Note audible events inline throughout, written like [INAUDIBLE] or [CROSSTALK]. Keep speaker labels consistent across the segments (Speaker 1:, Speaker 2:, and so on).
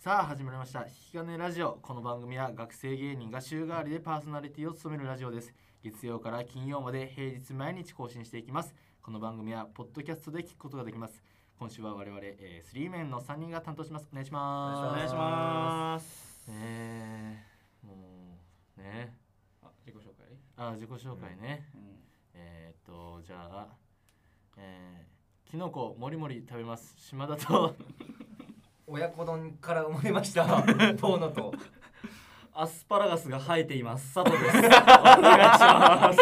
Speaker 1: さあ始まりました引き金ラジオこの番組は学生芸人が週替わりでパーソナリティを務めるラジオです月曜から金曜まで平日毎日更新していきますこの番組はポッドキャストで聞くことができます今週は我々、えー、3メンの3人が担当しますお願いします
Speaker 2: お願いします
Speaker 1: ねえもうね
Speaker 2: あ自己紹介
Speaker 1: あ自己紹介ね、
Speaker 2: うん
Speaker 1: えー、っとじゃあえー、キノコもりもり食べます島田と
Speaker 3: 親子丼から生まれ
Speaker 1: [LAUGHS]
Speaker 3: ました遠野と
Speaker 4: アスパラガスが生えています。佐藤です。お願いします。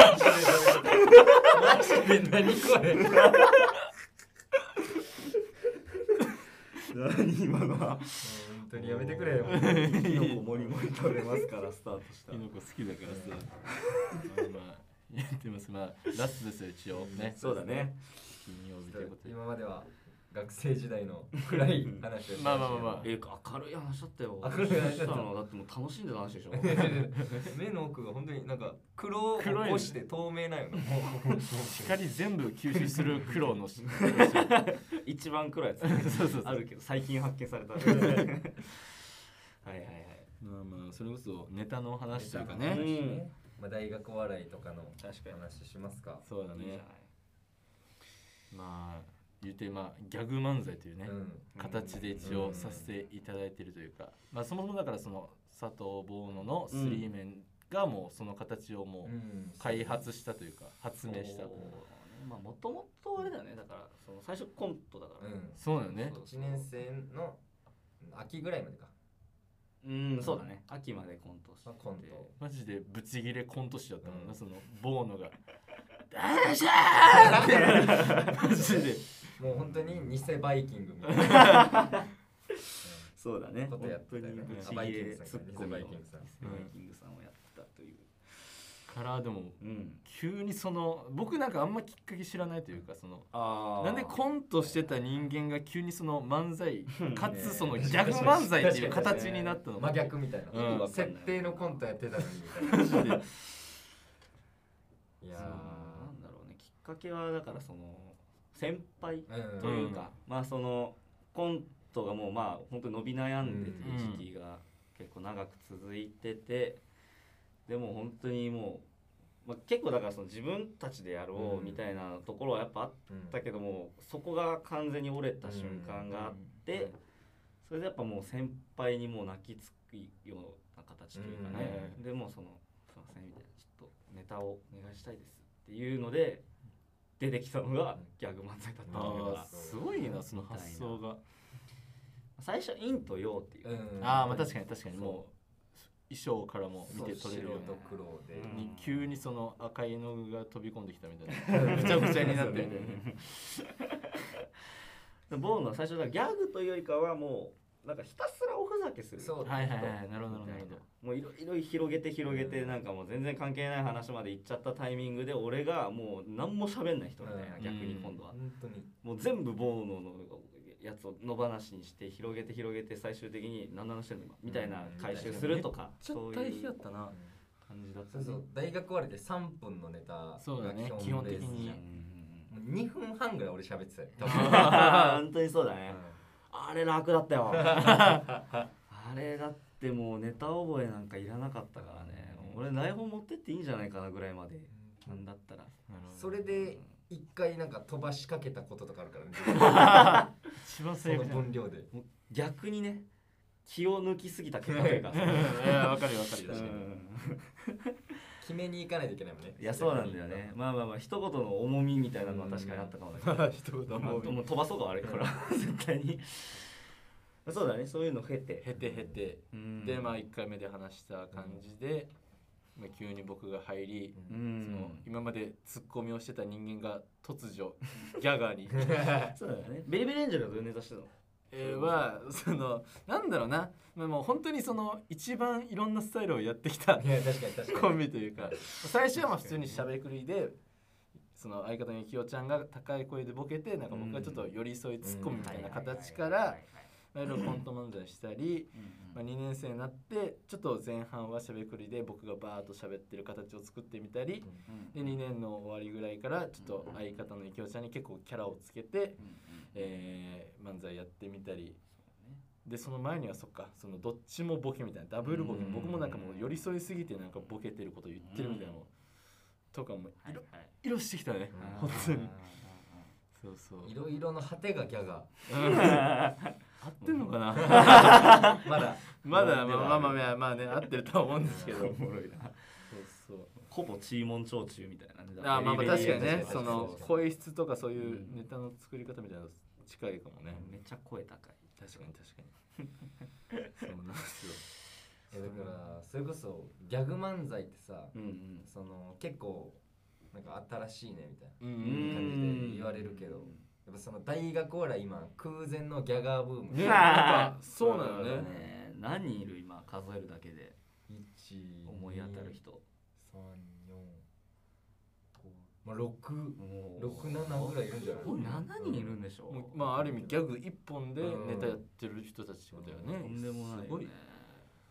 Speaker 3: マジで何これ
Speaker 4: 何今の [LAUGHS] は。
Speaker 3: 本当にやめてくれよ
Speaker 4: キノコもりもり食べますからスタートした
Speaker 1: キ。ノコ好きだからさ、まあまあやってますまあラストですよ一応ね
Speaker 4: そうだね。
Speaker 1: 金曜日ということで
Speaker 3: 今までは学生時代の暗い話をして
Speaker 1: まあまあまあまあ
Speaker 4: え明るい話だったよ。
Speaker 3: 明るい話だった
Speaker 4: のだってもう楽しんでる話
Speaker 3: [LAUGHS]
Speaker 4: でしょ。
Speaker 3: [LAUGHS] 目の奥が本当になんか黒を起
Speaker 1: 黒いね
Speaker 3: こして透明なよなもう
Speaker 1: 光全部吸収する苦労の
Speaker 4: [LAUGHS]
Speaker 1: そう
Speaker 4: 一番暗いやつ。
Speaker 1: そうそう
Speaker 4: あるけど最近発
Speaker 3: [LAUGHS]
Speaker 4: 見された。はいはいはい。
Speaker 1: まあまあそれこそネタの話というか
Speaker 4: う
Speaker 1: ね
Speaker 4: ん。
Speaker 3: まあ大学お笑いとかの
Speaker 4: 確かに。
Speaker 3: 話しますか
Speaker 1: そうだ
Speaker 4: いいじゃ
Speaker 1: ね
Speaker 4: ない
Speaker 1: まあ言うてまあギャグ漫才という
Speaker 3: う
Speaker 1: ね、
Speaker 3: ん
Speaker 1: 形で一応させていただいてるというか、まあそもそもだからその佐藤坊野のスリーメンがもうその形をもう
Speaker 3: うん
Speaker 1: 開発したというか発明した、
Speaker 4: そうだねまあもともとあれだよねだからその最初コントだからね。
Speaker 1: そうだよね
Speaker 3: 1年生の秋ぐらいまでか
Speaker 4: うんそうだね秋までコントして
Speaker 3: まあコント
Speaker 1: マジでブチギレコント師だったもんな、
Speaker 3: うん
Speaker 1: そのボーノ
Speaker 3: [LAUGHS]
Speaker 1: が「大丈夫!」ってマジで
Speaker 3: もう本当に偽バイキングみたいな
Speaker 1: [LAUGHS]
Speaker 4: そうだね
Speaker 3: ことやってたよね
Speaker 4: 本当に
Speaker 3: あバイキン
Speaker 4: ブ
Speaker 3: グ
Speaker 4: チギ
Speaker 3: さ
Speaker 4: レ
Speaker 3: ん
Speaker 4: ツッコミ
Speaker 3: バ
Speaker 4: バ
Speaker 3: イ
Speaker 4: イ
Speaker 3: キ
Speaker 4: キ
Speaker 3: ン
Speaker 4: ン
Speaker 3: グさん
Speaker 4: グさんをやったという
Speaker 1: からでも
Speaker 4: うん
Speaker 1: 急にその僕なんかあんまきっかけ知らないというかその
Speaker 4: あ
Speaker 1: なんでコントしてた人間が急にその漫才か
Speaker 3: ね
Speaker 1: つそのギャグ漫才っていう
Speaker 3: 確かに
Speaker 1: 形になったの
Speaker 3: 真逆みたいな、
Speaker 1: うん
Speaker 3: うん設定のコントやってたのにみたいな
Speaker 1: マジで
Speaker 3: いや
Speaker 4: なんだろうねきっかけはだからその先輩
Speaker 3: ー
Speaker 4: と
Speaker 3: うん
Speaker 4: いうか、まあそのコントがもうまあ本当に伸び悩んでていう時期が結構長く続いてて、でも本当にもう、まあ、結構だからその自分たちでやろうみたいなところはやっぱあっ
Speaker 3: うん
Speaker 4: たけどもそこが完全に折れた瞬間があって、
Speaker 3: うん
Speaker 4: それでやっぱもう先輩にもう泣きつくような形というかね、でもうその「すいません」みたいな「ちょっとネタをお願いしたいです」っていうので出てきたのがギャグ漫才だった
Speaker 1: あ
Speaker 4: という
Speaker 1: ー
Speaker 4: か
Speaker 1: すごいなその発想が
Speaker 4: 最初「陰と陽」っていう、
Speaker 3: うん
Speaker 1: ああまあ確かに確かにもう衣装からも見て取れるよう
Speaker 3: そ
Speaker 1: な
Speaker 3: う白と黒で、
Speaker 4: うん
Speaker 1: に急にその赤い絵の具が飛び込んできたみたいな
Speaker 3: [LAUGHS]
Speaker 1: ぐちゃぐちゃになって
Speaker 4: [LAUGHS]
Speaker 1: みたいな
Speaker 4: ボーノは最初だからギャグというよりかはもうなんかひたすらおふざけする
Speaker 3: そう
Speaker 1: はいはいはい、なるほどなるほど。
Speaker 4: もういろいろ広げて広げてなんかもう全然関係ない話まで行っちゃったタイミングで俺がもう何も喋んない人みたいな
Speaker 3: うん
Speaker 4: 逆に今度は
Speaker 3: 本当に
Speaker 4: もう全部ボーノのやつを野放しにして広げて広げて最終的に何なのしてんの今みたいな回収するとか
Speaker 1: ちょ
Speaker 4: そ
Speaker 1: っ
Speaker 4: う
Speaker 1: と大
Speaker 4: い
Speaker 1: 変だ
Speaker 4: う
Speaker 1: ったな。
Speaker 4: 感じだった
Speaker 3: そうそう大学終わりで3分のネタが
Speaker 1: そうだね
Speaker 3: 基本ベース
Speaker 1: 基本的
Speaker 3: じ
Speaker 1: に
Speaker 3: ゃ
Speaker 4: うんん
Speaker 3: もう2分半ぐらい俺喋ってたよ多分
Speaker 4: 本当にそうだ
Speaker 3: う
Speaker 4: ね
Speaker 3: ん
Speaker 4: あれ楽だったよあれだってもうネタ覚えなんかいらなかったからね俺台本持ってっていいんじゃないかなぐらいまでなんだったら
Speaker 3: それで一回なんか飛ばしかけたこととかあ
Speaker 1: [LAUGHS]
Speaker 3: るからね
Speaker 1: 一番
Speaker 3: そ
Speaker 1: 最
Speaker 3: の
Speaker 1: 悪じゃん。
Speaker 3: 分量で
Speaker 4: もう逆にね気を抜きすぎた結果というか
Speaker 1: いやわかるよわかるよ。
Speaker 3: 確かに
Speaker 4: うん
Speaker 3: 決めに行かないといけないもんね
Speaker 4: いやそうなんだよねまあまあまあ一言の重みみたいなのは確かにあったかもだけ [LAUGHS] ど
Speaker 3: 一
Speaker 4: まあもう飛ばそうか悪いから絶対にそうだねそういうの経て
Speaker 1: へてへて。
Speaker 4: うん
Speaker 1: でまあ一回目で話した感じで、まあ急に僕が入り、
Speaker 4: う
Speaker 1: その
Speaker 4: ん
Speaker 1: 今までツッコミをしてた人間が突如ギャガーに。
Speaker 4: そうだねベイベレンジャーがどういうネタしてたの
Speaker 1: えーはそのなんだろうな、まあもう本当にその一番いろんなスタイルをやってきた
Speaker 3: いや確かに確か
Speaker 1: コ
Speaker 3: に
Speaker 1: ンビというか最初はまあ普通にしゃべくりでその相方のゆきおちゃんが高い声でボケてなんか僕がちょっと寄り添いツッコミみたいな形からいろいろコント漫才したり、まあ、2年生になってちょっと前半はしゃべくりで僕がバーッと喋ってる形を作ってみたりで2年の終わりぐらいからちょっと相方のゆきおちゃんに結構キャラをつけて、えー漫才やってみたりでその前にはそっかそのどっちもボケみたいなダブルボケ
Speaker 3: うん
Speaker 1: 僕もなんかもう寄り添いすぎてなんかボケてること言ってるみたいなのもとかもいろ
Speaker 4: は
Speaker 1: い
Speaker 4: い
Speaker 1: ろしてきたね
Speaker 3: うん
Speaker 1: 本当に
Speaker 4: うん
Speaker 1: そうそう
Speaker 3: いろいろの果てがギャガ
Speaker 1: うん合ってんのかな
Speaker 3: ーまだ
Speaker 1: [LAUGHS] まだまあまあまあまあまあね合ってるとは思うんですけどそう
Speaker 4: [LAUGHS] おもろいな
Speaker 1: そう
Speaker 4: ほぼチーモン長中みたいなね
Speaker 1: あーまあまあ確かに
Speaker 3: ベリーベリ
Speaker 1: ね
Speaker 3: ー
Speaker 1: そ
Speaker 3: そう
Speaker 1: の
Speaker 3: そう
Speaker 1: 声質とかそういううんネタの作り方みたいなの近いかもね
Speaker 4: めっちゃ声高い
Speaker 1: 確かに [LAUGHS] 確かにそうなんですよ
Speaker 3: えだからそれこそギャグ漫才ってさ
Speaker 4: うんうん
Speaker 3: その結構なんか新しいねみたいな
Speaker 1: う
Speaker 4: うん
Speaker 3: 感じで言われるけどやっぱその大学おら今空前のギャガーブーム
Speaker 1: ね [LAUGHS] なんかそうなのね
Speaker 4: ね何人いる今数えるだけで
Speaker 3: 1
Speaker 4: 思い当たる人
Speaker 3: 3 4 5 6
Speaker 4: もう
Speaker 3: 六七ぐらいいるんじゃない
Speaker 4: 7人いるんでしょ
Speaker 1: もうまあある意味ギ
Speaker 4: ャ
Speaker 1: ャグ一本でネタやってる人たちってことだよ
Speaker 4: と
Speaker 1: ね
Speaker 4: んでもない
Speaker 1: す
Speaker 4: よ
Speaker 1: ご
Speaker 4: ね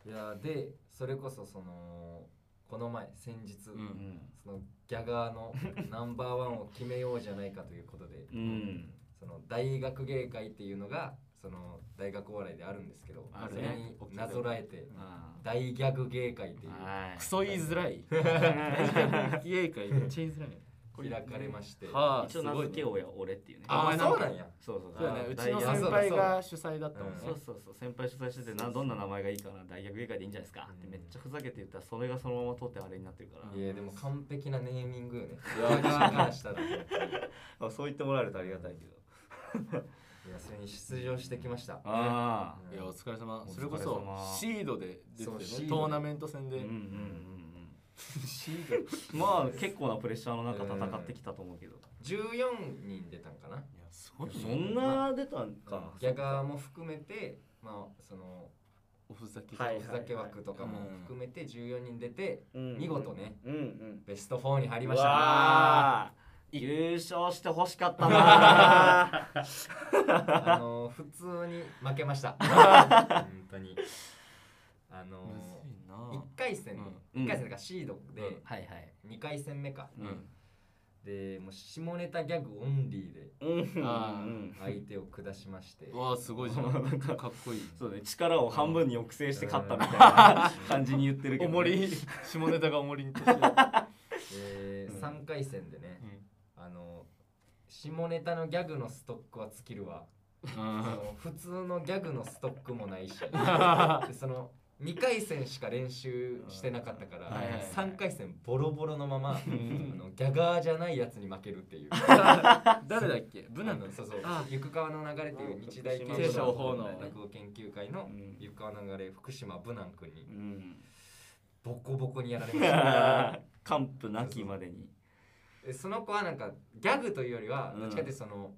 Speaker 1: い
Speaker 3: いやでそれこそそのこの前先日、
Speaker 1: ん
Speaker 4: うん
Speaker 3: そのギャガー
Speaker 4: [LAUGHS]
Speaker 3: のナンバーワンを決めようじゃないかということで、
Speaker 4: うん
Speaker 3: その大学芸会っていうのがその大学お笑いであるんですけど
Speaker 4: ある
Speaker 3: そ
Speaker 4: ね
Speaker 3: れになぞらえて
Speaker 4: あ
Speaker 3: 大ギャグ芸会っていう
Speaker 4: ーはい
Speaker 1: クソ言いづ
Speaker 4: [LAUGHS]
Speaker 1: らい大学芸会めっちゃ言いづらい
Speaker 3: 開かれまして、
Speaker 1: はあ
Speaker 4: 一応名付け親は俺っていうね
Speaker 1: あー
Speaker 3: そうなんや
Speaker 4: そうそう
Speaker 1: そうだねうちの
Speaker 4: 大
Speaker 1: 先
Speaker 4: 学
Speaker 1: 輩が主催だったもんね
Speaker 4: そうそうそう先輩主催しててなどんな名前がいいかな大学芸会でいいんじゃないですかってめっちゃふざけて言ったらそれがそのまま取ってあれになってるから
Speaker 3: いやでも完璧なネーミングよね
Speaker 1: いや
Speaker 3: ギャガーからした [LAUGHS] らいや
Speaker 4: あそう言ってもらえるとありがたいけど
Speaker 3: それに出場してきました [LAUGHS]
Speaker 4: あ
Speaker 1: いやお疲れ様
Speaker 4: お疲れ様
Speaker 1: それこそシードで出てたよね
Speaker 3: そうシードで
Speaker 1: トーナメント戦
Speaker 4: あう
Speaker 1: で
Speaker 4: んうんうん
Speaker 1: シードい
Speaker 4: うんまあ結構なプレッシャーの中戦ってきたと思うけど
Speaker 3: 14人出たんかな
Speaker 1: やすごい
Speaker 4: そ
Speaker 1: ね
Speaker 4: んな出たんか
Speaker 3: ギャガーも含めてまあその
Speaker 1: おふざけ
Speaker 3: お
Speaker 4: はい
Speaker 3: ふざけ枠とかも含めて14人出て
Speaker 4: うん
Speaker 3: 見事ね
Speaker 4: うんうん
Speaker 3: ベスト4に入り
Speaker 4: う
Speaker 3: ました
Speaker 4: わー優勝してほしかったな
Speaker 3: あの普通に負けました
Speaker 1: [LAUGHS]
Speaker 3: 本当にあの
Speaker 1: むずいな
Speaker 3: 1回戦
Speaker 4: うん
Speaker 3: 1回戦がシード
Speaker 4: [LAUGHS]
Speaker 3: で
Speaker 4: はいはい
Speaker 3: 2回戦目か
Speaker 1: うん
Speaker 3: でもう下ネタギャグオンリーで
Speaker 4: うん
Speaker 1: あー
Speaker 4: うん
Speaker 3: 相手を下しまして
Speaker 1: うわあすごい
Speaker 4: [LAUGHS]
Speaker 1: じゃんかっこいい
Speaker 4: そうね力を半分に抑制して勝ったみたいな [LAUGHS] 感じに言ってるけ
Speaker 1: お
Speaker 4: ど、
Speaker 1: も
Speaker 4: ね、 [LAUGHS]
Speaker 1: り下ネタがおもりにとしてる
Speaker 3: で
Speaker 4: うん
Speaker 3: 3回戦でねあの下ネタのギャグのストックは尽きるわ
Speaker 1: うん
Speaker 3: その普通のギャグのストック
Speaker 1: [LAUGHS]
Speaker 3: もないしでその2回戦しか練習してなかったから、
Speaker 1: はいはいはい
Speaker 3: 三3回戦ボロボロのままあ
Speaker 1: ん
Speaker 3: のギャガーじゃないやつに負けるって
Speaker 1: [LAUGHS]
Speaker 3: いう
Speaker 1: 誰だっけブナ
Speaker 3: あ
Speaker 1: の
Speaker 3: のそうそう
Speaker 1: あ
Speaker 3: 行川の流れっていう日大
Speaker 4: 聖
Speaker 1: 書法の
Speaker 3: 落語研究会の
Speaker 4: うん
Speaker 3: 行川の流れ福島ブナン君に
Speaker 4: うん
Speaker 3: ボコボコにやられま
Speaker 1: [LAUGHS]
Speaker 3: した
Speaker 4: [LAUGHS] 完膚なきまでに
Speaker 3: でその子はなんかギャグというよりは
Speaker 4: うん
Speaker 3: どっちかっていうとその、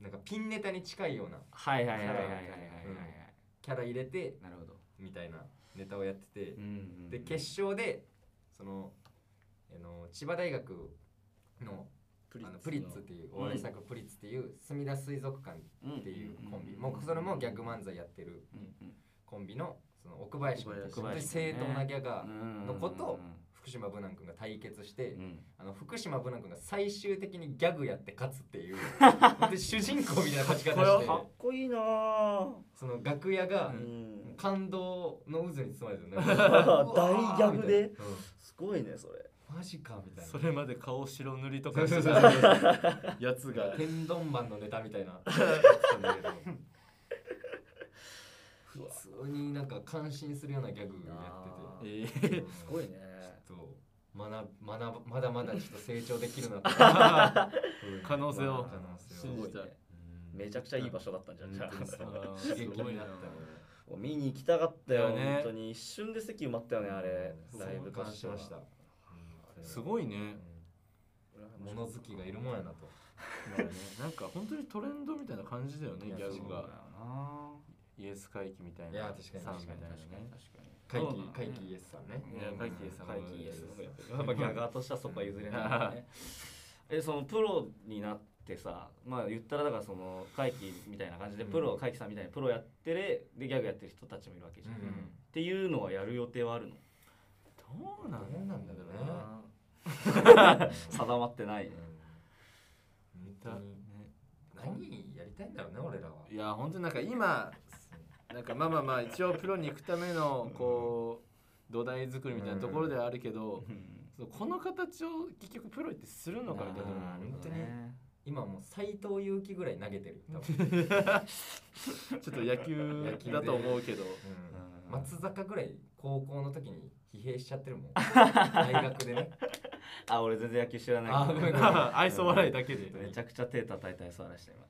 Speaker 3: なんかピンネタに近いような
Speaker 4: はいはいはいはいはいはいはい
Speaker 3: キャラ入れて
Speaker 4: なるほど、
Speaker 3: みたいなネタをやってて
Speaker 4: うんうん
Speaker 3: で決勝でそのあの千葉大学の
Speaker 1: プ
Speaker 3: あのプリッツっていうお笑い作家プリッツっていう墨田水族館っていうコンビもうそれもギャグ漫才やってるコンビのその奥林君
Speaker 1: 奥林
Speaker 3: 本当に正当なギャガー
Speaker 4: の
Speaker 3: のこと福島ブナン君が対決して
Speaker 4: うん
Speaker 3: あの福島ブナン君が最終的にギャグやって勝つっていう本当に主人公みたいな勝ち方
Speaker 1: かっこよ
Speaker 3: して
Speaker 4: かっこいいなぁ、
Speaker 3: その楽屋が
Speaker 4: うん
Speaker 3: 感動の渦に包まれてるね
Speaker 4: 大ギャグで
Speaker 3: うわーみたいな
Speaker 4: すごいねそれ
Speaker 3: うんマジかみたいな
Speaker 1: それまで顔白塗りとかして
Speaker 3: そう
Speaker 1: た
Speaker 3: そうそう
Speaker 1: やつが
Speaker 3: 天丼マンのネタみたいな普通になんか感心するようなギャグや
Speaker 4: あ
Speaker 1: え
Speaker 3: ってて
Speaker 1: ー
Speaker 3: す
Speaker 4: すごいね
Speaker 3: ちょっと学ぶ学ぶまだまだちょっと成長できるなとうん
Speaker 1: 可能性を
Speaker 3: 可能性
Speaker 1: 信
Speaker 3: を
Speaker 1: じ
Speaker 4: すごいね
Speaker 3: うん
Speaker 4: めちゃくちゃいい場所だったんじゃんじゃ
Speaker 3: 本当にそう
Speaker 4: あ
Speaker 1: あー
Speaker 3: 刺激
Speaker 1: すごい
Speaker 3: にな
Speaker 1: な
Speaker 3: ったよね
Speaker 4: 見に行きたかったよ
Speaker 1: だよね
Speaker 4: 本当に一瞬で席埋まったよねあれ
Speaker 3: うん
Speaker 4: ライブ
Speaker 3: そう感じました
Speaker 1: す
Speaker 3: い
Speaker 1: ごいね
Speaker 3: 物好きがいるもんやなと
Speaker 1: なんか本当にトレンドみたいな感じだよね
Speaker 3: い
Speaker 1: ギ
Speaker 3: や
Speaker 1: ャ
Speaker 3: そ
Speaker 1: グ
Speaker 3: うだ
Speaker 1: がイエス回帰みたいない
Speaker 3: や確かに
Speaker 1: さんみ
Speaker 3: 確
Speaker 1: た
Speaker 3: か
Speaker 1: いなね
Speaker 3: に会
Speaker 4: そうだ
Speaker 3: 議
Speaker 4: ね
Speaker 3: 会議イエスさんね
Speaker 1: いや会議さん
Speaker 4: 会
Speaker 1: も
Speaker 4: 議
Speaker 1: イ
Speaker 4: イ
Speaker 1: エ
Speaker 4: エ
Speaker 1: ス
Speaker 4: スのやっぱやっぱギャガーとしてはそこは譲れないからねえそのプロになってさまあ言ったらだからその会議みたいな感じで
Speaker 3: うん
Speaker 4: プロ会議さんみたいにプロやってるでギャグやってる人たちもいるわけじゃん、
Speaker 3: う
Speaker 4: っ
Speaker 3: ん
Speaker 4: ていうのはやる予定はあるの
Speaker 1: どうなん
Speaker 3: どうなんだろうね
Speaker 4: 定まってないね
Speaker 3: うん本
Speaker 1: だ
Speaker 3: 当に何やりたいんだろうね俺らはい
Speaker 1: や本当になんか今なんかまあまあまあ一応プロに行くためのこう土台作りみたいなところではあるけど、そうこの形を結局プロってするのかみたいな
Speaker 3: あー
Speaker 2: 本当に
Speaker 3: 今もう斎藤佑樹ぐらい投げてるよ多分、
Speaker 1: ちょっと野球だと思うけど
Speaker 3: うん、
Speaker 4: 松
Speaker 3: 松坂ぐらい高校の時に疲弊しちゃってるもん大学でね
Speaker 4: あ俺全然野球知らない
Speaker 3: あごめんごめ
Speaker 1: [LAUGHS]
Speaker 3: ん
Speaker 1: 愛想笑いだけで
Speaker 4: めちゃくちゃ手叩いたりそうした今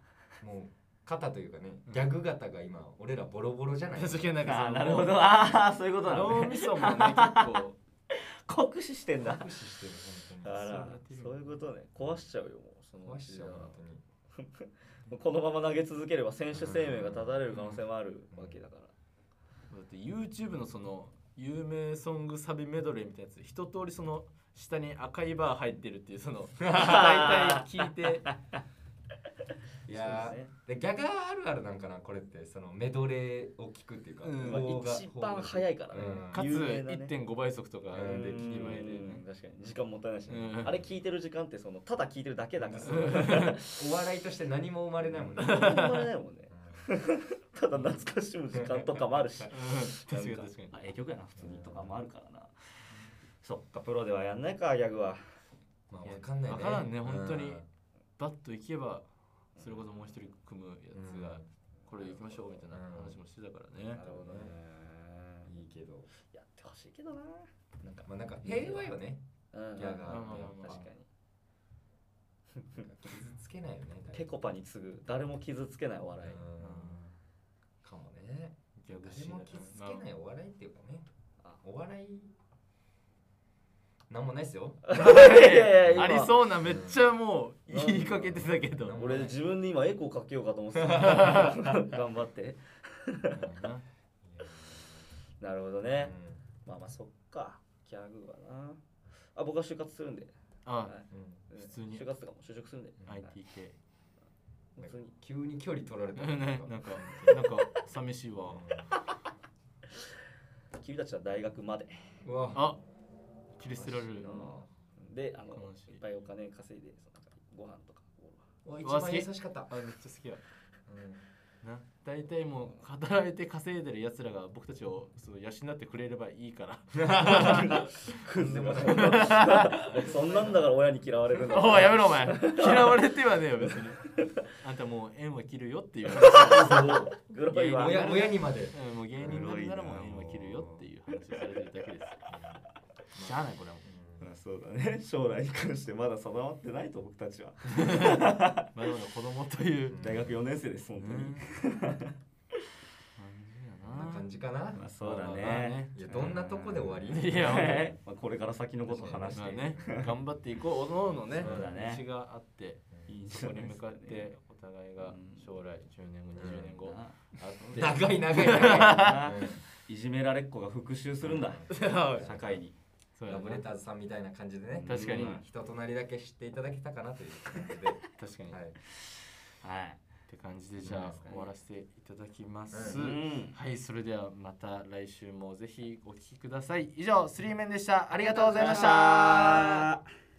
Speaker 3: もう肩というかねギャグ型が今俺らボロボロじゃない
Speaker 1: 確かになんか
Speaker 4: あ
Speaker 1: その
Speaker 4: ーなるほどああそういうことなの
Speaker 1: 脳
Speaker 4: ね
Speaker 1: み [LAUGHS] そもね結構
Speaker 4: 酷使してんだ
Speaker 3: 酷使してる本
Speaker 4: あ
Speaker 3: 当に
Speaker 4: らそういうことね壊しちゃうよもうその
Speaker 3: 壊しちゃう本当に
Speaker 4: もうこのまま投げ続ければ選手生命が絶たれる可能性もあるわけだから
Speaker 1: だって YouTube のその有名ソングサビメドレーみたいなやつ一通りその下に赤いバー入ってるっていうその大体聞いて
Speaker 3: いや
Speaker 4: そうですね
Speaker 3: ーでギャガーあるあるなんかなこれってそのメドレーを聞くっていうか、
Speaker 1: うん
Speaker 4: まあ
Speaker 3: 邦画
Speaker 4: 一番早いからね
Speaker 3: うん
Speaker 1: かつ
Speaker 4: 有名なね
Speaker 1: 1.5倍速とかで
Speaker 3: うん
Speaker 1: 聞き前で
Speaker 4: うん確かに時間もったいないしね
Speaker 1: うん
Speaker 4: あれ聞いてる時間ってそのただ聞いてるだけだから
Speaker 3: そうお笑いとして何も生まれないもんね、
Speaker 4: [LAUGHS] 何も生まれないもんねただ懐かしむ時間とかもあるし
Speaker 1: [LAUGHS] 確かに
Speaker 4: なん
Speaker 1: 確かに
Speaker 4: あええ曲やな普通にとかもあるからなそっかプロではやんないかギャグは
Speaker 3: まあわかんないね
Speaker 1: わからんね本当に
Speaker 3: うん
Speaker 1: バッと行けばそれこそもう一人組むやつがこれ行きましょうみたいな話もしてたからね
Speaker 4: なるほどね
Speaker 3: いいけど
Speaker 4: やってほしいけどな
Speaker 3: なんかまあなんか平和よね
Speaker 4: うん
Speaker 3: ギャガー
Speaker 1: まあまあまあまあ
Speaker 4: 確かに
Speaker 3: なんか傷つけないよね
Speaker 4: ペコパに次ぐ誰も傷つけないお
Speaker 3: 誰
Speaker 4: 笑い
Speaker 3: もうんかもね
Speaker 1: 逆
Speaker 3: 誰も傷つけないお笑いっていうかね
Speaker 4: あ
Speaker 3: お笑いなんもないっすよ
Speaker 4: いやいやい
Speaker 1: [LAUGHS]
Speaker 4: や
Speaker 1: あり
Speaker 4: 今
Speaker 1: そうなめっちゃもう言いかけてたけど
Speaker 3: うん
Speaker 4: 俺自分で今エコーかけようかと思 [LAUGHS] ってた頑張ってなるほどね、まあまあそっかギャグはなあ僕は就活するんで、
Speaker 1: あ
Speaker 4: はい
Speaker 3: うんうん
Speaker 4: うん
Speaker 1: 普通に
Speaker 4: 就活とかも就職するんで、
Speaker 3: は
Speaker 1: ITK
Speaker 4: 普通に
Speaker 3: 急に距離取られた
Speaker 1: ねなんか [LAUGHS]
Speaker 3: う
Speaker 1: なんんか寂しいわ
Speaker 4: 君たちは大学まで
Speaker 3: うわ
Speaker 1: あ切り捨てられる
Speaker 4: であの
Speaker 1: 悲しい
Speaker 4: いっぱいお金稼 [LAUGHS] いでそのなんかご飯 [LAUGHS] とか
Speaker 3: うわ
Speaker 1: う
Speaker 3: 一
Speaker 1: わ
Speaker 3: 番優しかった
Speaker 1: あめっちゃ好きや
Speaker 3: うん
Speaker 1: な大体もう働いて稼いでるやつらが僕たちをそう養ってくれればいいから
Speaker 4: くんでもないそんなんだから親に嫌われるん [LAUGHS] だ
Speaker 1: おいやめろお前嫌われてはねえよ別にあんたもう縁は切るよっていう話、
Speaker 4: グロいわ
Speaker 1: いやい
Speaker 3: 親
Speaker 1: や
Speaker 3: 親にまで
Speaker 1: うん、もう芸人になるならもう縁は切るよっていう話をされてるだけですしゃあないこれはも
Speaker 4: まあそうだね将来に関してまだ定まってないと僕たちは
Speaker 1: うまだまだ子供という、
Speaker 4: 大学4年生です
Speaker 1: う
Speaker 4: 本
Speaker 1: ん、
Speaker 4: 当に、
Speaker 3: こんな感じかな
Speaker 4: まあそう
Speaker 1: ま
Speaker 4: だ
Speaker 1: あまあ
Speaker 4: ね
Speaker 1: ね
Speaker 3: いやどんなとこで終わり
Speaker 1: いや
Speaker 4: ねまあこれから先のこと
Speaker 1: [LAUGHS] まあ
Speaker 4: 話して、
Speaker 1: ね、頑張っていこう、おのおのね
Speaker 4: そうだね、
Speaker 1: 道があって、
Speaker 4: いい
Speaker 1: そ
Speaker 4: じゃ
Speaker 1: こ
Speaker 4: な
Speaker 1: に
Speaker 4: いで
Speaker 1: 向
Speaker 4: す
Speaker 1: か
Speaker 4: か
Speaker 1: っ
Speaker 4: ね
Speaker 1: て、お互いが将来10年後、20年後
Speaker 4: な
Speaker 1: あ
Speaker 3: [LAUGHS]
Speaker 1: って、
Speaker 3: 長い長
Speaker 1: [LAUGHS]
Speaker 3: い長い
Speaker 4: いじめられっ子が復讐するんだ
Speaker 1: [LAUGHS]
Speaker 4: 社会に
Speaker 1: そうや
Speaker 3: ラ
Speaker 1: な
Speaker 3: ブレターズさんみたいな感じでね
Speaker 1: 確かに
Speaker 4: うん
Speaker 3: 人となりだけ知っていただけたかなという感じで [LAUGHS] は
Speaker 1: 確かに、っ
Speaker 3: い
Speaker 4: はい、
Speaker 1: て感じでじゃあ
Speaker 3: ですかね
Speaker 1: 終わらせていただきます、
Speaker 4: うん
Speaker 1: はいそれではまた来週もぜひお聞きください以上スリーメンでしたありがとうございました